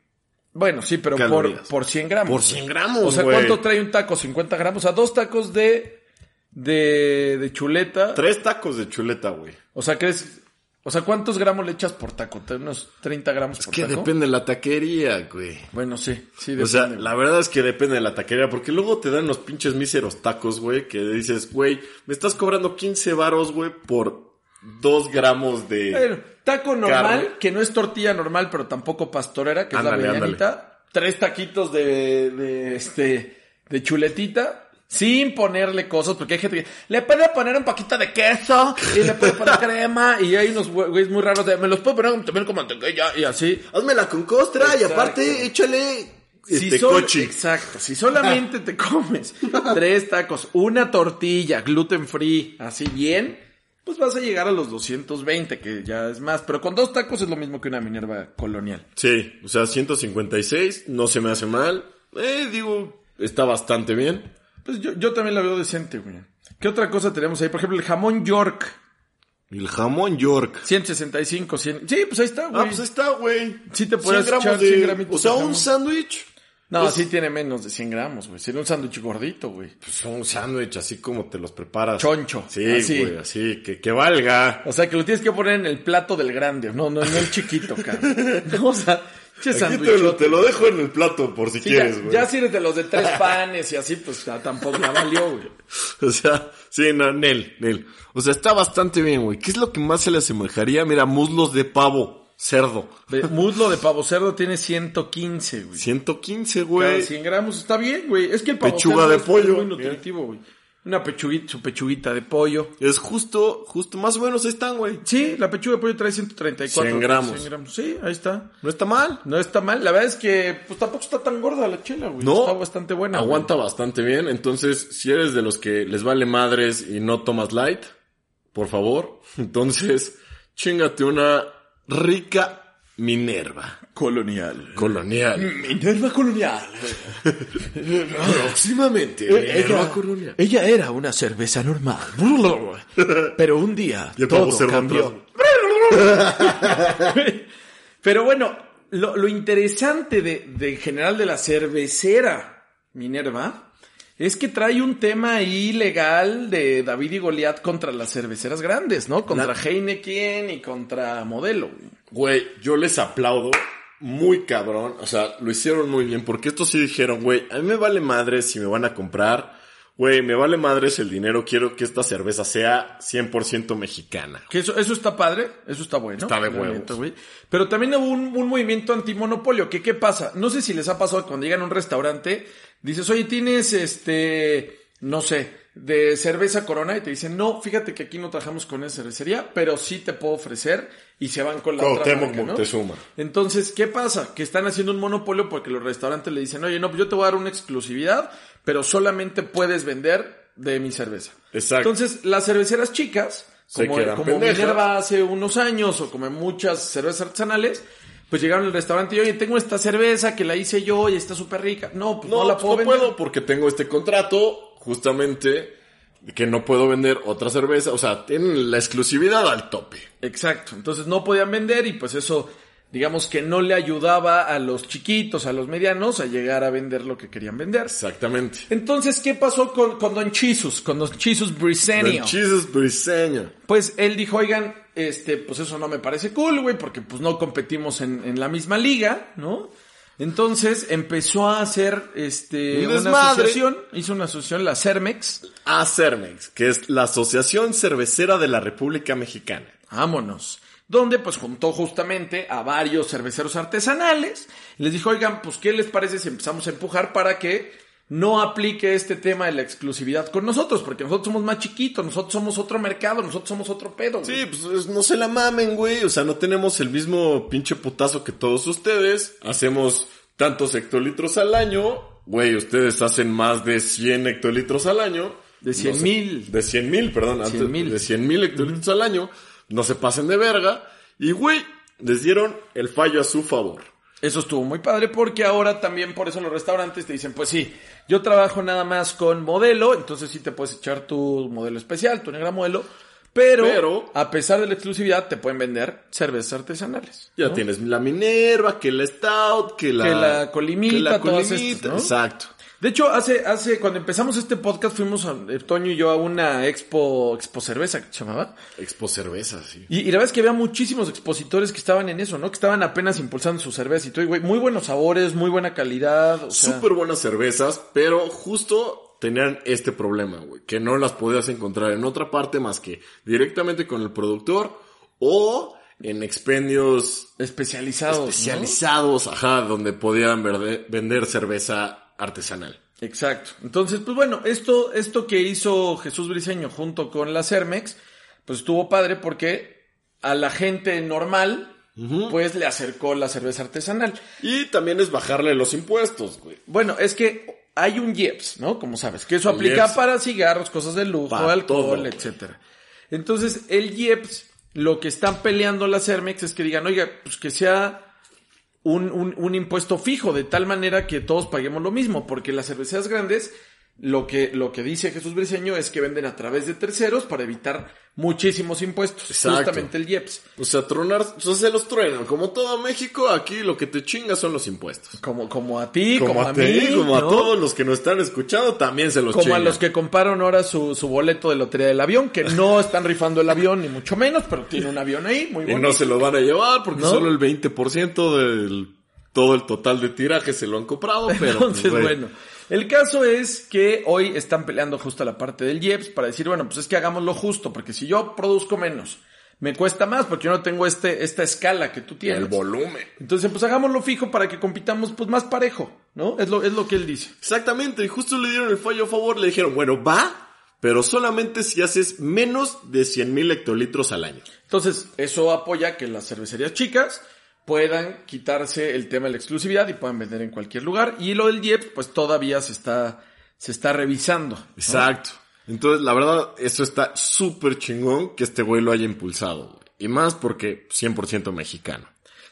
C: Bueno, sí, pero por,
A: Calorías.
C: por 100 gramos.
A: por 100 gramos,
C: O sea,
A: güey.
C: ¿cuánto trae un taco? ¿50 gramos? O sea, dos tacos de, de, de chuleta.
A: Tres tacos de chuleta, güey.
C: O sea, ¿qué es? O sea, ¿cuántos gramos le echas por taco? ¿Te- ¿Unos 30 gramos por
A: Que
C: taco?
A: depende de la taquería, güey.
C: Bueno, sí, sí,
A: O sea,
C: depende.
A: la verdad es que depende de la taquería, porque luego te dan los pinches míseros tacos, güey, que dices, güey, me estás cobrando 15 varos, güey, por 2 gramos de...
C: Bueno, taco normal,
A: Carne.
C: que no es tortilla normal, pero tampoco pastorera, que
A: Ándale,
C: es la
A: ándale.
C: medianita. Tres taquitos de, de, este, de chuletita. Sin ponerle cosas, porque hay gente que le puede poner un poquito de queso y le puede poner crema y hay unos güe- güeyes muy raros de me los puedo poner también con mantequilla y así.
A: Házmela con costra y
C: Exacto.
A: aparte échale
C: Si
A: este
C: sol-
A: cochi.
C: Exacto. Si solamente te comes tres tacos, una tortilla gluten free, así bien, pues vas a llegar a los 220, que ya es más. Pero con dos tacos es lo mismo que una Minerva colonial.
A: Sí, o sea, 156, no se me hace mal. Eh, digo, está bastante bien.
C: Pues yo, yo también la veo decente, güey. ¿Qué otra cosa tenemos ahí? Por ejemplo, el jamón York,
A: El jamón York.
C: 165, 100. Sí, pues ahí está, güey.
A: Ah, pues ahí está, güey.
C: Sí te puedes
A: 100 gramos
C: echar
A: de-
C: 100 gramitos
A: O sea,
C: de
A: un
C: jamón.
A: sándwich.
C: no,
A: pues-
C: sí tiene menos de 100 gramos, güey. Sería un sándwich gordito, güey.
A: Pues un sándwich, así como te los preparas.
C: Choncho,
A: Sí,
C: así.
A: güey, así, que, que valga.
C: O sea, que lo tienes que poner en el plato del grande, no, no, no el chiquito, cabrón. No, o sea, che
A: Aquí te lo,
C: sándwichote.
A: te lo dejo en el plato por si
C: Sí,
A: quieres,
C: ya,
A: güey.
C: ya si eres de los de tres panes y así, pues ya tampoco ya valió, güey.
A: O sea, sí, no, Nel, Nel. O sea, está bastante bien, güey. ¿Qué es lo que más se le asemejaría? Mira, muslos de pavo, cerdo.
C: De- muslo de pavo cerdo tiene 115, güey.
A: 115,
C: Cada
A: güey.
C: 100 gramos está bien, güey. Es que el pavo
A: Pechuga
C: cerdo
A: de
C: es
A: pollo,
C: muy
A: mira.
C: nutritivo, güey. Una pechuguita, su pechuguita de pollo.
A: Es justo, justo, más o menos ahí están, güey.
C: Sí, la pechuga de pollo trae 134.
A: 100 gramos.
C: 100 Sí, ahí está.
A: No está mal.
C: No está mal. La verdad es que pues tampoco está tan gorda la chela, güey.
A: No.
C: Está bastante buena. güey.
A: Aguanta bastante bien. Entonces, si eres de los que les vale madres y no tomas light, por favor, entonces, chingate una rica Minerva
B: Colonial.
A: colonial.
C: Minerva colonial.
A: Próximamente,
C: Eh,
A: Minerva colonial.
B: ella era una cerveza normal. Pero un día
A: Y el pavo
B: todo
A: se va atrás.
B: cambió.
C: Pero bueno, lo, lo interesante de, de en general de la cervecera Minerva es que trae un tema ilegal de David y Goliat contra las cerveceras grandes, ¿no? Contra Heineken y contra Modelo. güey.
A: Güey, yo les aplaudo muy cabrón. O sea, lo hicieron muy bien. Porque estos sí dijeron, güey, a mí me vale madre si me van a comprar. Güey, me vale madres el dinero. Quiero que esta cerveza sea 100% mexicana.
C: Que eso, eso está padre, eso está bueno.
A: Está de
C: La
A: huevos.
C: neta, güey. Pero también hubo un, un movimiento antimonopolio. ¿Qué, ¿Qué pasa? No sé si les ha pasado cuando llegan a un restaurante, dices, oye, tienes este, no sé, de cerveza corona y te dicen, no, fíjate que aquí no trabajamos con esa cervecería, pero sí te puedo ofrecer y se van con la otra
A: Cuauhtémoc
C: marca, ¿no?
A: Moctezuma.
C: Entonces, ¿qué pasa? Que están haciendo un monopolio porque los restaurantes le dicen, oye, no, pues yo te voy a dar una exclusividad, pero solamente puedes vender de mi cerveza.
A: Exacto.
C: Entonces, las cerveceras chicas,
A: Se
C: como,
A: quedan
C: como
A: pendejas.
C: Minerva hace unos años o como en muchas cervezas artesanales, pues llegaron al restaurante y, oye, tengo esta cerveza que la hice yo y está súper rica. No, pues no,
A: No,
C: la
A: pues
C: puedo
A: no
C: vender.
A: puedo porque tengo este contrato justamente que no puedo vender otra cerveza. O sea, tienen la exclusividad al tope.
C: Exacto. Entonces no podían vender y pues eso, digamos que no le ayudaba a los chiquitos, a los medianos, a llegar a vender lo que querían vender.
A: Exactamente.
C: Entonces, ¿qué pasó con, con Don Chisus? Con Don Chisus Brisenio.
A: Don Jesus Briseño.
C: Pues él dijo, oigan, este, pues eso no me parece cool, güey, porque pues no competimos en, en la misma liga, ¿no? Entonces empezó a hacer, este,
A: Un
C: una
A: desmadre.
C: asociación, hizo una asociación, la Cermex.
A: Acermex, que es la Asociación Cervecera de la República Mexicana.
C: Vámonos. Donde pues juntó justamente a varios cerveceros artesanales. Y les dijo, oigan, pues ¿qué les parece si empezamos a empujar para que no aplique este tema de la exclusividad con nosotros? Porque nosotros somos más chiquitos, nosotros somos otro mercado, nosotros somos otro pedo. güey".
A: Sí, pues es- no se la mamen, güey. O sea, no tenemos el mismo pinche putazo que todos ustedes. Hacemos tantos hectolitros al año. Güey, ustedes hacen más de 100 hectolitros al año.
C: De 100
A: se-
C: mil.
A: de 100 mil, perdón.
C: 100
A: antes-
C: mil.
A: De 100 mil hectolitros al año. No se pasen de verga. Y, güey, les dieron el fallo a su favor.
C: Eso estuvo muy padre porque ahora también por eso los restaurantes te dicen, pues sí, yo trabajo nada más con modelo, entonces sí te puedes echar tu modelo especial, tu negra modelo, pero,
A: Pero-
C: a pesar de la exclusividad te pueden vender cervezas artesanales.
A: Ya
C: ¿no?
A: tienes la Minerva, que la Stout, que la...
C: Que la Colimita,
A: que la
C: todas
A: Colimita,
C: estas, ¿no?
A: Exacto.
C: De hecho, hace, hace, cuando empezamos este podcast fuimos, a, eh, Toño y yo, a una expo, expo cerveza que se llamaba.
A: Expo Cerveza, sí.
C: Y, y la verdad es que había muchísimos expositores que estaban en eso, ¿no? Que estaban apenas impulsando su cerveza y todo, y, güey, muy buenos sabores, muy buena calidad. O sea,
A: Súper buenas cervezas, pero justo tenían este problema, güey, que no las podías encontrar en otra parte más que directamente con el productor o en expendios
C: especializados. ¿no?
A: especializados, ajá, donde podían verde- vender cerveza artesanal.
C: Exacto. Entonces, pues bueno, esto, esto que hizo Jesús Briseño junto con la Cermex, pues estuvo padre porque a la gente normal, pues le acercó la cerveza artesanal.
A: Y también es bajarle los impuestos, güey.
C: Bueno, es que hay un IEPS, ¿no? Como sabes, que eso
A: El
C: aplica
A: IEPS.
C: para cigarros, cosas de lujo,
A: Para todo,
C: alcohol,
A: güey.
C: etcétera. Entonces, el IEPS, lo que están peleando la Cermex es que digan, oiga, pues que sea un, un- un impuesto fijo, de tal manera que todos paguemos lo mismo, porque las cerveceras grandes, lo que, lo que dice Jesús Briseño es que venden a través de terceros para evitar muchísimos impuestos,
A: Exacto.
C: justamente el IEPS.
A: O sea, tronar, o sea, se los truenan. Como todo México, aquí lo que te chinga son los impuestos.
C: Como, como a ti, como,
A: Como
C: a,
A: a ti,
C: mí,
A: como a
C: ¿no?
A: todos los que nos están escuchando, también se los
C: Como a
A: chingan.
C: los que compraron ahora su, su boleto de lotería del avión, que no están rifando el avión, ni mucho menos, pero tiene un avión ahí, muy
A: Y
C: bueno.
A: no se lo van a llevar porque
C: ¿No?
A: solo el 20% del todo el total de tiraje se lo han comprado, pero
C: Entonces,
A: pues, güey,
C: bueno. El caso es que hoy están peleando justo la parte del IEPS para decir, bueno, pues es que hagamos lo justo, porque si yo produzco menos, me cuesta más, porque yo no tengo este, esta escala que tú
A: el
C: tienes.
A: volumen.
C: Entonces, pues hagámoslo fijo para que compitamos pues más parejo, ¿no? Es lo, es lo que él dice.
A: Exactamente, y justo le dieron el fallo a favor, le dijeron, bueno, va, pero solamente si haces menos de 100.000 hectolitros al año.
C: Entonces, eso apoya que las cervecerías chicas puedan quitarse el tema de la exclusividad y puedan vender en cualquier lugar. Y lo del IEP, pues todavía se está, se está revisando. ¿no?
A: Exacto. Entonces, la verdad, eso está súper chingón que este güey lo haya impulsado. güey. Y más porque 100% mexicano.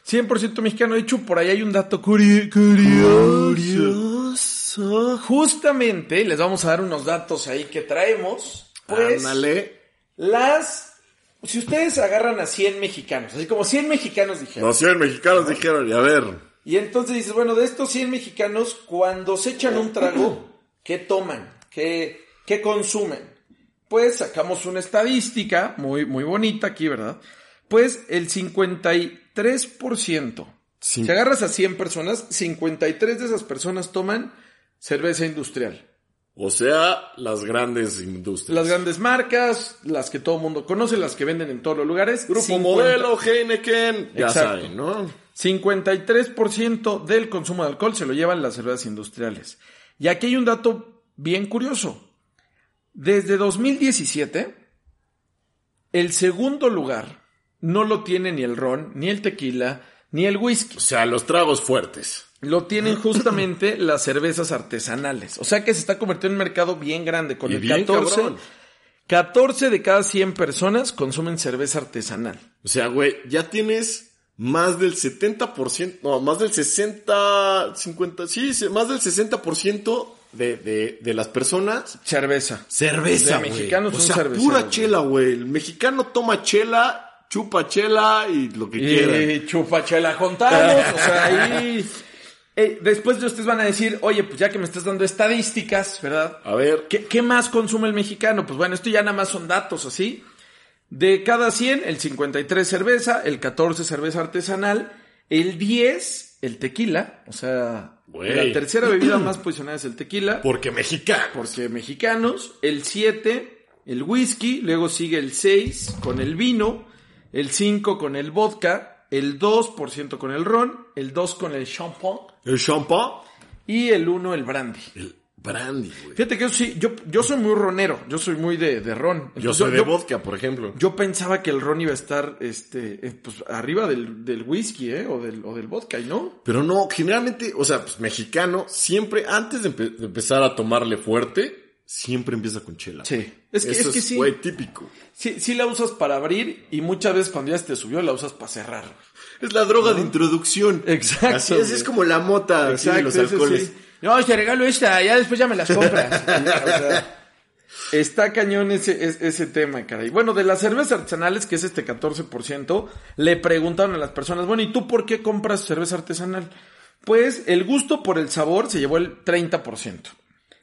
C: 100% mexicano. De hecho, por ahí hay un dato curi- curioso. Justamente, les vamos a dar unos datos ahí que traemos. Pues,
A: Ándale.
C: las... Si ustedes agarran a 100 mexicanos, así como 100 mexicanos dijeron.
A: Los 100 mexicanos dijeron, y a ver,
C: Y entonces dices, bueno, de estos 100 mexicanos, cuando se echan un trago, ¿qué toman? ¿Qué, qué consumen? Pues sacamos una estadística muy, muy bonita aquí, ¿verdad? Pues el 53%.
A: Sí.
C: Si agarras a 100 personas, 53 de esas personas toman cerveza industrial.
A: o sea, las grandes industrias.
C: Las grandes marcas, las que todo el mundo conoce, las que venden en todos los lugares.
A: Grupo
C: 50.
A: Modelo, Heineken, ya
C: Exacto.
A: saben, ¿no?
C: 53% del consumo de alcohol se lo llevan las cervezas industriales. Y aquí hay un dato bien curioso. Desde 2017, el segundo lugar no lo tiene ni el ron, ni el tequila, ni el whisky.
A: O sea, los tragos fuertes.
C: Lo tienen justamente las cervezas artesanales. O sea que se está convirtiendo en un mercado bien grande. Con
A: Y
C: el
A: bien
C: 14,
A: cabrón.
C: 14 de cada 100 personas consumen cerveza artesanal.
A: O sea, güey, ya tienes más del 70%, no, más del 60, 50, sí, se- más del 60% de, de, de las personas.
C: Cerveza.
A: Cerveza,
C: De
A: güey.
C: mexicanos
A: o
C: son
A: sea,
C: cerveceros,
A: pura
C: güey.
A: chela, güey. El mexicano toma chela, chupa chela y lo que quiera.
C: Y chupachela contamos, o sea, ahí... Eh, después de ustedes van a decir, oye, pues ya que me estás dando estadísticas, ¿verdad?
A: A ver,
C: ¿Qué, qué más consume el mexicano? Pues bueno, esto ya nada más son datos así. De cada 100, el 53 cerveza, el 14 cerveza artesanal, el 10 el tequila, o sea,
A: Güey.
C: la tercera bebida más posicionada es el tequila,
A: porque mexicano.
C: porque mexicanos, el 7 el whisky, luego sigue el 6 con el vino, el 5 con el vodka, el 2% con el ron, el 2 con el champán
A: El champán,
C: y el 1 el brandy.
A: el brandy, güey.
C: Fíjate que eso sí, yo, yo soy muy ronero, yo soy muy de, de ron.
A: Yo
C: Entonces,
A: soy de vodka, por ejemplo.
C: yo pensaba que el ron iba a estar este, eh, pues, arriba del, del whisky ¿eh? o, del, o del vodka, ¿y no?
A: Pero no, generalmente, o sea, pues mexicano, siempre antes de, empe- de empezar a tomarle fuerte, siempre empieza con chela.
C: Sí.
A: güey.
C: Es que-
A: Eso
C: es que sí.
A: güey, típico.
C: Sí, sí la usas para abrir y muchas veces cuando ya se te subió la usas para cerrar.
A: Es la droga de introducción.
C: Ah. Exacto,
A: Así es,
C: güey.
A: es como la mota sí,
C: Sí,
A: los
C: ese
A: alcoholes.
C: sí. No, te regalo esta, ya después ya me las compras. O sea, está cañón ese, es- ese tema, caray. Bueno, de las cervezas artesanales, que es este 14%, le preguntaron a las personas, bueno, ¿y tú por qué compras cerveza artesanal? Pues el gusto por el sabor se llevó el 30%.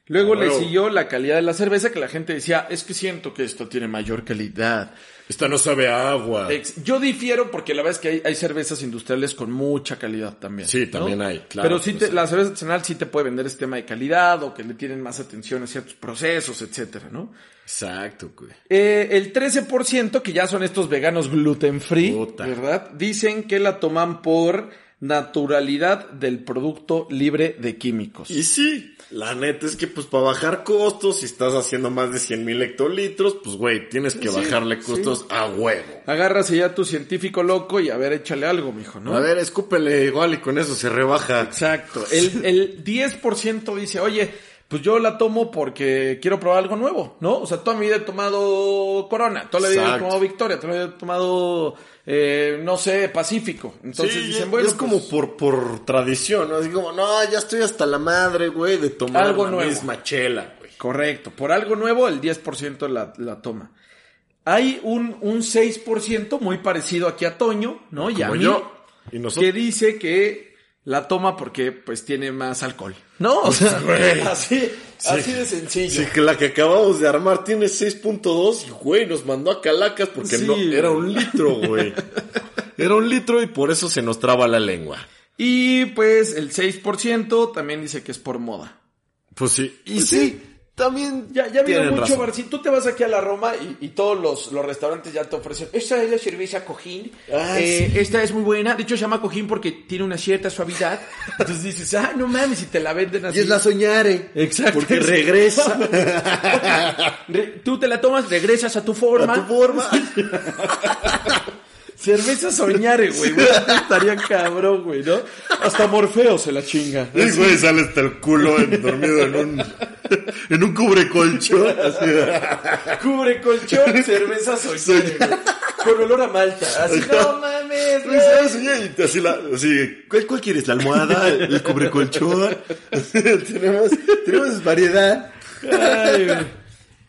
C: Luego le
A: Wow.
C: siguió la calidad de la cerveza, que la gente decía, es que siento que esto tiene mayor calidad.
A: Esta no sabe a agua.
C: Ex- Yo difiero porque la verdad es que hay, hay cervezas industriales con mucha calidad también.
A: Sí, también hay, claro,
C: Pero sí
A: pero
C: te-
A: sí.
C: la cerveza artesanal sí te puede vender este tema de calidad o que le tienen más atención a ciertos procesos, etcétera, ¿no?
A: Exacto, güey.
C: Eh, el 13%, que ya son estos veganos gluten free,
A: Puta.
C: ¿verdad? Dicen que la toman por naturalidad del producto libre de químicos.
A: Y sí, la neta es que pues para bajar costos, si estás haciendo más de 100 mil hectolitros, pues güey, tienes que
C: Sí,
A: bajarle
C: sí.
A: costos a huevo.
C: Agárrase ya a tu científico loco y a ver, échale algo, mijo, ¿no?
A: A ver, escúpele igual y con eso se rebaja.
C: Exacto. El, el 10% dice, oye, pues yo la tomo porque quiero probar algo nuevo, ¿no? O sea, toda mi vida he tomado Corona, toda la vida he
A: Exacto.
C: tomado Victoria, toda la vida he tomado, eh, no sé, Pacífico. Entonces
A: Sí,
C: dicen,
A: es-
C: bueno,
A: es como
C: pues,
A: por, por tradición, ¿no? Así como, no, ya estoy hasta la madre, güey, de tomar
C: Algo
A: la
C: nuevo.
A: misma chela, güey.
C: Correcto. Por algo nuevo, el 10% la, la toma. Hay un, un 6% muy parecido aquí a Toño, ¿no? y a
A: Como
C: mí,
A: yo. Y
C: que
A: nosotros.
C: dice que la toma porque, pues, tiene más alcohol. No, o sea,
A: Güey.
C: así, así de sencillo.
A: Sí, que la que acabamos de armar tiene 6.2 y, güey, nos mandó a calacas porque
C: Sí.
A: no, era un litro, güey. era un litro y por eso se nos traba la lengua.
C: Y pues el 6% también dice que es por moda.
A: Pues sí. Y sí, también
C: Ya, ya vino
A: tienen
C: mucho
A: razón.
C: barcito. Tú te vas aquí a la Roma y, y todos los, los restaurantes ya te ofrecen. Esta es la cerveza cojín.
A: Ah,
C: eh, Esta es muy buena. De hecho, se llama cojín porque tiene una cierta suavidad. Entonces dices, ah, no mames, si te la venden así.
A: Y es la soñare.
C: Exacto.
A: Porque regresa
C: Re- tú te la tomas, regresas a tu forma.
A: a tu forma.
C: Cerveza soñare, güey. güey. Estaría cabrón, güey, ¿no? Hasta Morfeo se la chinga.
A: Y güey sale hasta el culo en- dormido en un, en un cubrecolchón. Así
C: Cubre colchón, cerveza soñare, güey. Con olor a malta. Así, no
A: Güey,
C: mames, güey.
A: sale la señora y así la, así, ¿cuál, cuál quieres? ¿La almohada? ¿El cubrecolchón? tenemos, tenemos variedad.
C: Ay, güey.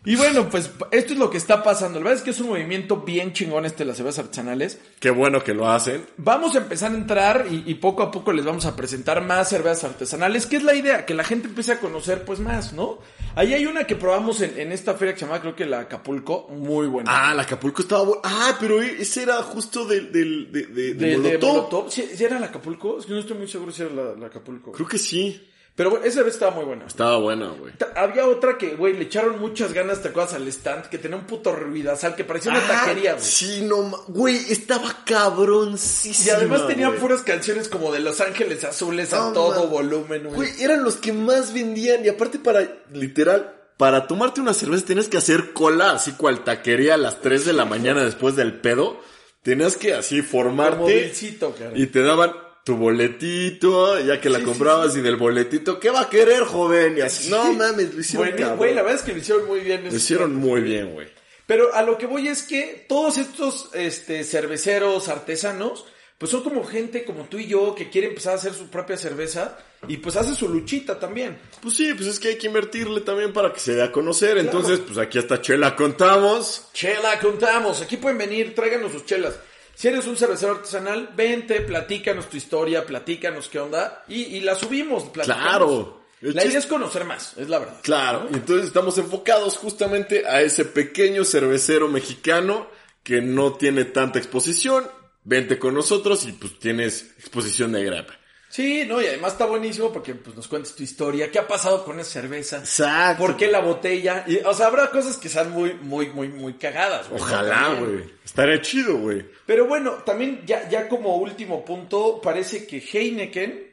C: y bueno, pues esto es lo que está pasando. La verdad es que es un movimiento bien chingón este de las cervezas artesanales.
A: Qué bueno que lo hacen.
C: Vamos a empezar a entrar y, y poco a poco les vamos a presentar más cervezas artesanales, que es la idea, que la gente empiece a conocer pues más, ¿no? Ahí hay una que probamos en, en esta feria que se llama creo que la Acapulco, muy buena.
A: Ah, la Acapulco estaba bu- Ah, pero ese era justo del, del, de, de, de
C: de, de
A: Molotov.
C: Molotov. ¿Sí, sí era la Acapulco? Es que no estoy muy seguro si era la, la Acapulco.
A: Creo que sí.
C: Pero bueno, esa cerveza estaba muy buena.
A: Estaba buena, güey.
C: Ta- Había otra que, güey, le echaron muchas ganas, te acuerdas, al stand, que tenía un puto ruidazal, que parecía una
A: Ah,
C: taquería, güey.
A: Sí, no, ma- güey, estaba cabroncísimo.
C: Y además tenían
A: güey.
C: puras canciones como de Los Ángeles Azules
A: No,
C: a todo
A: man.
C: volumen, güey.
A: Güey, eran los que más vendían. Y aparte para, literal, para tomarte una cerveza tenías que hacer cola, así cual taquería a las 3 de la mañana después del pedo. Tenías que así
C: Como
A: formarte
C: Vilcito, cara.
A: y te daban tu boletito, ya que la
C: Sí, sí,
A: comprabas y del boletito, ¿qué va a querer, joven? Y así, no mames, lo hicieron
C: Güey,
A: cabrón.
C: güey, la verdad es que lo hicieron muy bien.
A: Lo
C: eso.
A: hicieron muy bien, güey.
C: Pero a lo que voy es que todos estos este, cerveceros artesanos, pues son como gente como tú y yo que quiere empezar a hacer su propia cerveza y pues hace su luchita también.
A: Pues sí, pues es que hay que invertirle también para que se dé a conocer. Entonces, pues aquí hasta Chela contamos.
C: Chela, contamos. Aquí pueden venir, tráiganos sus chelas. Si eres un cervecero artesanal, vente, platícanos tu historia, platícanos qué onda y, y la subimos. platicamos.
A: Claro. El
C: La idea
A: chiste-
C: es conocer más, es la verdad.
A: Claro, y entonces estamos enfocados justamente a ese pequeño cervecero mexicano que no tiene tanta exposición. Vente con nosotros y pues tienes exposición de grapa.
C: Sí, no, y además está buenísimo porque pues, nos cuentes tu historia, qué ha pasado con esa cerveza,
A: Exacto.
C: por qué la botella. Y, o sea, habrá cosas que sean muy, muy, muy, muy cagadas. güey,
A: Ojalá,
C: también.
A: güey. Estaría chido, güey.
C: Pero bueno, también ya, ya como último punto, parece que Heineken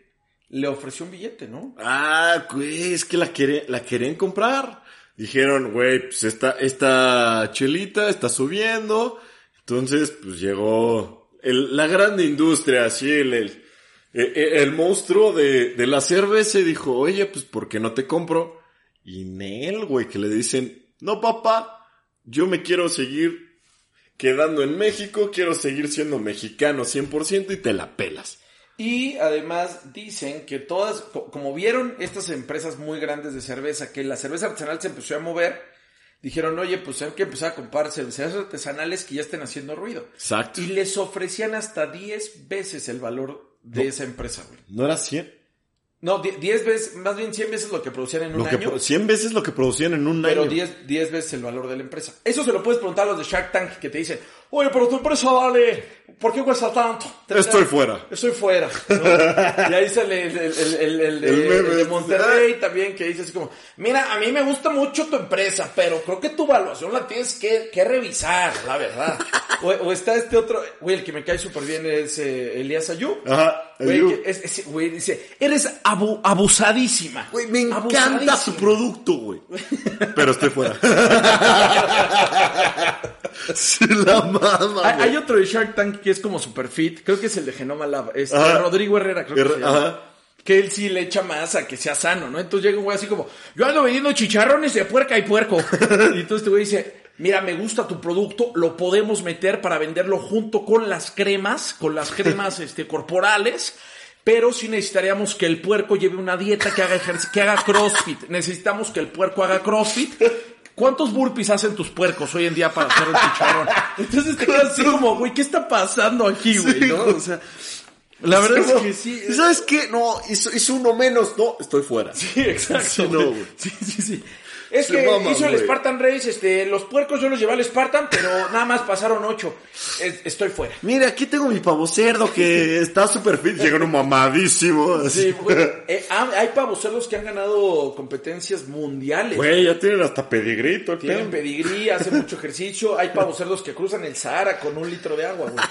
C: le ofreció un billete, ¿no?
A: Ah, güey, es que la, quiere- la querían comprar. Dijeron, güey, pues esta, esta chelita está subiendo. Entonces, pues llegó el- la grande industria, así el, el, el- el monstruo de, de la cerveza y dijo, oye, pues ¿por qué no te compro? Y Nel, güey, que le dicen, no papá, yo me quiero seguir quedando en México, quiero seguir siendo mexicano 100% y te la pelas.
C: Y además dicen que todas, co- como vieron estas empresas muy grandes de cerveza, que la cerveza artesanal se empezó a mover, dijeron, oye, pues hay que empezar a comprar cervezas artesanales que ya estén haciendo ruido.
A: Exacto.
C: Y les ofrecían hasta 10 veces el valor de
A: No.
C: esa empresa, güey.
A: ¿No era 100?
C: No, die- 10 veces, más bien 100 veces lo que producían en
A: Lo
C: un
A: que
C: año.
A: pro- 100 veces lo que producían en un
C: Pero
A: año.
C: 10, 10 veces el valor de la empresa. Eso se lo puedes preguntar a los de Shark Tank que te dicen, oye, pero tu empresa vale, ¿por qué cuesta tanto?
A: Estoy fuera.
C: Estoy fuera. ¿no? y ahí sale el, el, el, el- el de,
A: El meme
C: el de
A: este.
C: Monterrey también que dice así como, mira, a mí me gusta mucho tu empresa, pero creo que tu evaluación la tienes que, que revisar, la verdad. o, o está este otro, güey, el que me cae súper bien es eh, Elías Ayú.
A: Ajá.
C: Güey,
A: Ah, Ayú.
C: que es- es- güey, dice, eres abu- abusadísima.
A: Güey, me encanta
C: Abusadísima.
A: su producto, güey. Pero estoy fuera. Se la mama,
C: Hay,
A: güey.
C: hay otro de Shark Tank que es como super fit, creo que es el de Genoma Lab, este,
A: Ajá.
C: Rodrigo Herrera, creo que
A: Herre-
C: se llama.
A: ajá.
C: Que él sí le echa más a que sea sano, ¿no? Entonces llega un güey así como, yo ando vendiendo chicharrones de puerca y puerco. y entonces este güey dice, mira, me gusta tu producto, lo podemos meter para venderlo junto con las cremas, con las cremas este, corporales. Pero sí necesitaríamos que el puerco lleve una dieta que haga ejerc- que haga crossfit. Necesitamos que el puerco haga crossfit. ¿Cuántos burpees hacen tus puercos hoy en día para hacer un chicharrón? Entonces te quedas así como, güey, ¿qué está pasando aquí, güey?
A: Sí,
C: ¿no?
A: güey.
C: O sea, la verdad es
A: Como-
C: que sí.
A: ¿Y ¿Sabes qué? No, hizo, hizo uno menos. No, estoy fuera.
C: Sí, exacto.
A: Sí, no,
C: güey.
A: güey.
C: sí, sí, sí. Es
A: Se
C: que
A: maman,
C: hizo el
A: güey.
C: Spartan Race, este, los puercos yo los llevé al Spartan, pero nada más pasaron ocho. Es- estoy fuera.
A: Mira, aquí tengo mi pavo cerdo que está súper fit. Llega un mamadísimo.
C: Sí,
A: Así.
C: güey. Eh, ah, hay pavoceros que han ganado competencias mundiales.
A: Güey, ya tienen hasta pedigrito el
C: Tienen
A: pedo.
C: pedigrí, hacen mucho ejercicio. Hay pavos cerdos que cruzan el Sahara con un litro de agua, güey.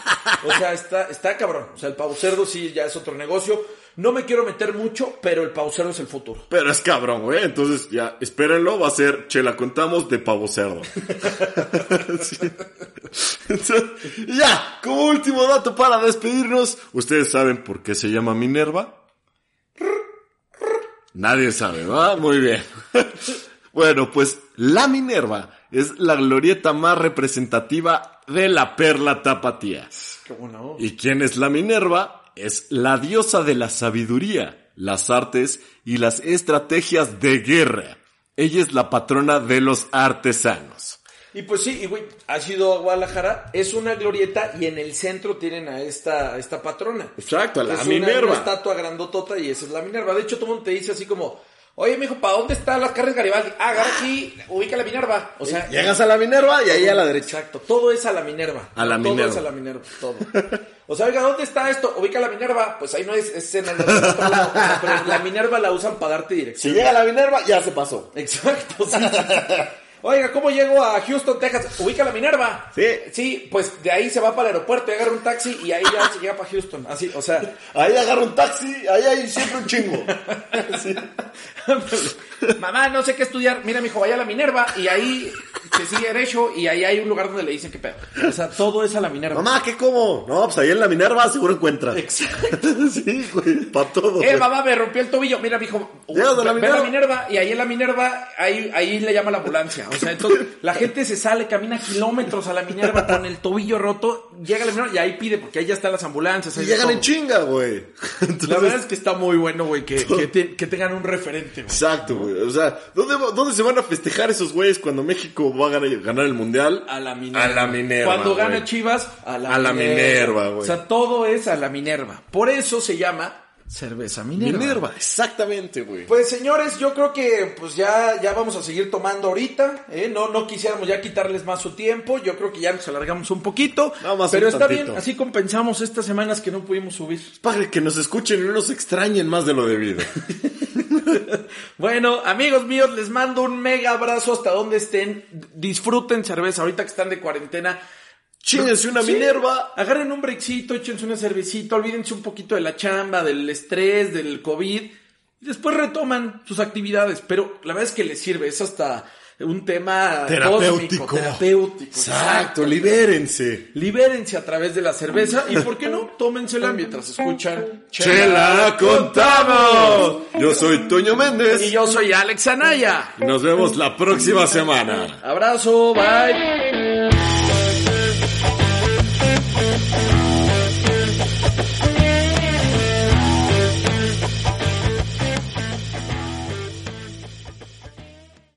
C: O sea, está, está cabrón. O sea, el pavo cerdo sí ya es otro negocio. No me quiero meter mucho, pero el pavo cerdo es el futuro.
A: Pero es cabrón, güey. Entonces, ya, espérenlo. Va a ser, che, la contamos de pavo cerdo. Sí. Entonces, y ya, como último dato para despedirnos. ¿Ustedes saben por qué se llama Minerva? Nadie sabe, ¿va? Muy bien. Bueno, pues la Minerva es la glorieta más representativa de la perla tapatía.
C: Qué bueno.
A: ¿Y quién es la Minerva? Es la diosa de la sabiduría, las artes y las estrategias de guerra. Ella es la patrona de los artesanos.
C: Y pues sí, y güey, has ido a Guadalajara, es una glorieta y en el centro tienen a esta, a esta patrona.
A: Exacto,
C: Es una- Una estatua grandotota y esa es la Minerva. De hecho, todo el mundo te dice así como, oye, mijo, ¿para dónde están las carnes Garibaldi? Ah, agarra aquí, ubica la Minerva. O sea,
A: Llegas a la Minerva y ahí a la derecha.
C: Exacto, todo es a la Minerva.
A: A la
C: todo
A: Minerva.
C: es a la Minerva, todo. O sea, oiga, ¿dónde está esto? Ubica la Minerva. Pues ahí no es, es en el otro lado. O sea, pero la Minerva la usan para darte dirección.
A: llega la Minerva, ya se pasó.
C: Exacto, sí, sí, sí. Oiga, ¿cómo llego a Houston, Texas? Ubica la Minerva.
A: Sí.
C: Sí, pues de ahí se va para el aeropuerto y agarra un taxi y ahí ya se llega para Houston. Así, o sea,
A: Ahí agarra un taxi, ahí hay siempre un chingo.
C: mamá, no sé qué estudiar. Mira, mijo, vaya a la Minerva y ahí se sigue derecho y ahí hay un lugar donde le dicen qué pedo. O sea, todo es a la Minerva.
A: Mamá, ¿qué como? No, pues ahí en la Minerva seguro encuentras. Exacto. sí, güey, para todo.
C: Eh, mamá, me rompió el tobillo. Mira, mijo, ve
A: Llegas a la
C: la
A: Minerva.
C: Minerva. y ahí en la Minerva, ahí, ahí le llama la ambulancia. O sea, entonces la gente se sale, camina kilómetros a la Minerva con el tobillo roto, llega a la Minerva y ahí pide, porque ahí ya están las ambulancias.
A: Y
C: ahí
A: llegan
C: todo.
A: en chinga, güey. Entonces,
C: La verdad es que está muy bueno, güey, que, que, te- que tengan un referente, güey.
A: Exacto, güey. O sea, ¿dónde, va- ¿dónde se van a festejar esos güeyes cuando México va a ganar, ganar el mundial?
C: A la Minerva.
A: A la Minerva,
C: Cuando gana
A: güey.
C: Chivas, a la
A: A la Minerva, güey.
C: O sea, todo es a la Minerva. Por eso se llama cerveza Minerva.
A: Minerva, exactamente, güey.
C: Pues señores, yo creo que pues ya, ya vamos a seguir tomando ahorita. ¿eh? No, no quisiéramos ya quitarles más su tiempo. Yo creo que ya nos alargamos un poquito.
A: Nada más
C: pero
A: un
C: está
A: tantito.
C: bien, así compensamos estas semanas que no pudimos subir.
A: Para que nos escuchen y no nos extrañen más de lo debido.
C: Bueno, amigos míos, les mando un mega abrazo hasta donde estén. Disfruten cerveza ahorita que están de cuarentena.
A: Chinguense una
C: Sí,
A: Minerva.
C: Agarren un breakcito, échense una cervecita, olvídense un poquito de la chamba, del estrés, del COVID. y Después retoman sus actividades, pero la verdad es que les sirve, es hasta un tema
A: Terapéutico.
C: cósmico, terapéutico.
A: Exacto, libérense.
C: Libérense a través de la cerveza y, ¿por qué no? Tómensela mientras escuchan
A: ¡Chela, contamos! Yo soy Toño Méndez.
C: Y yo soy Alex Anaya.
A: Y nos vemos la próxima semana.
C: Abrazo, bye.